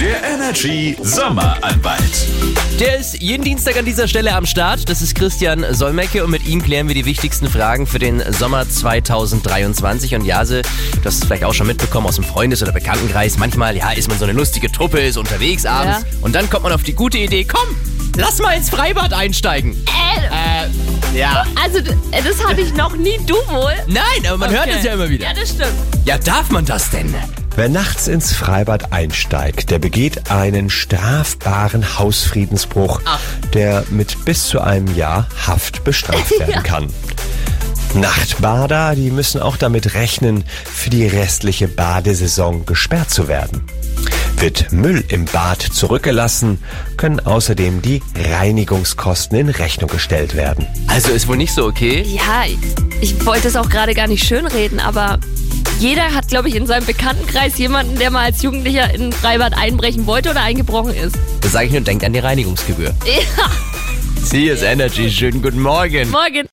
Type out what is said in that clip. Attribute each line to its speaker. Speaker 1: Der Energy Sommeranwalt.
Speaker 2: Der ist jeden Dienstag an dieser Stelle am Start. Das ist Christian Solmecke und mit ihm klären wir die wichtigsten Fragen für den Sommer 2023. Und Jase, du hast es vielleicht auch schon mitbekommen aus dem Freundes- oder Bekanntenkreis. Manchmal, ja, ist man so eine lustige Truppe, ist unterwegs abends.
Speaker 3: Ja.
Speaker 2: Und dann kommt man auf die gute Idee, komm, lass mal ins Freibad einsteigen. Äh, ja.
Speaker 3: Also, d- das hatte ich noch nie. Du wohl?
Speaker 2: Nein, aber man hört es ja immer wieder.
Speaker 3: Ja, das stimmt.
Speaker 2: Ja, darf man das denn?
Speaker 4: Wer nachts ins Freibad einsteigt, der begeht einen strafbaren Hausfriedensbruch, der mit bis zu einem Jahr Haft bestraft werden kann. Nachtbader, die müssen auch damit rechnen, für die restliche Badesaison gesperrt zu werden. Wird Müll im Bad zurückgelassen, können außerdem die Reinigungskosten in Rechnung gestellt werden.
Speaker 2: Also ist wohl nicht so okay.
Speaker 3: Ja, ich- ich wollte es auch gerade gar nicht schönreden, aber jeder hat, glaube ich, in seinem Bekanntenkreis jemanden, der mal als Jugendlicher in ein Freibad einbrechen wollte oder eingebrochen ist.
Speaker 2: Das sage ich nur, denkt an die Reinigungsgebühr.
Speaker 3: Ja,
Speaker 2: Sie ist Energy. Schönen guten Morgen.
Speaker 3: morgen.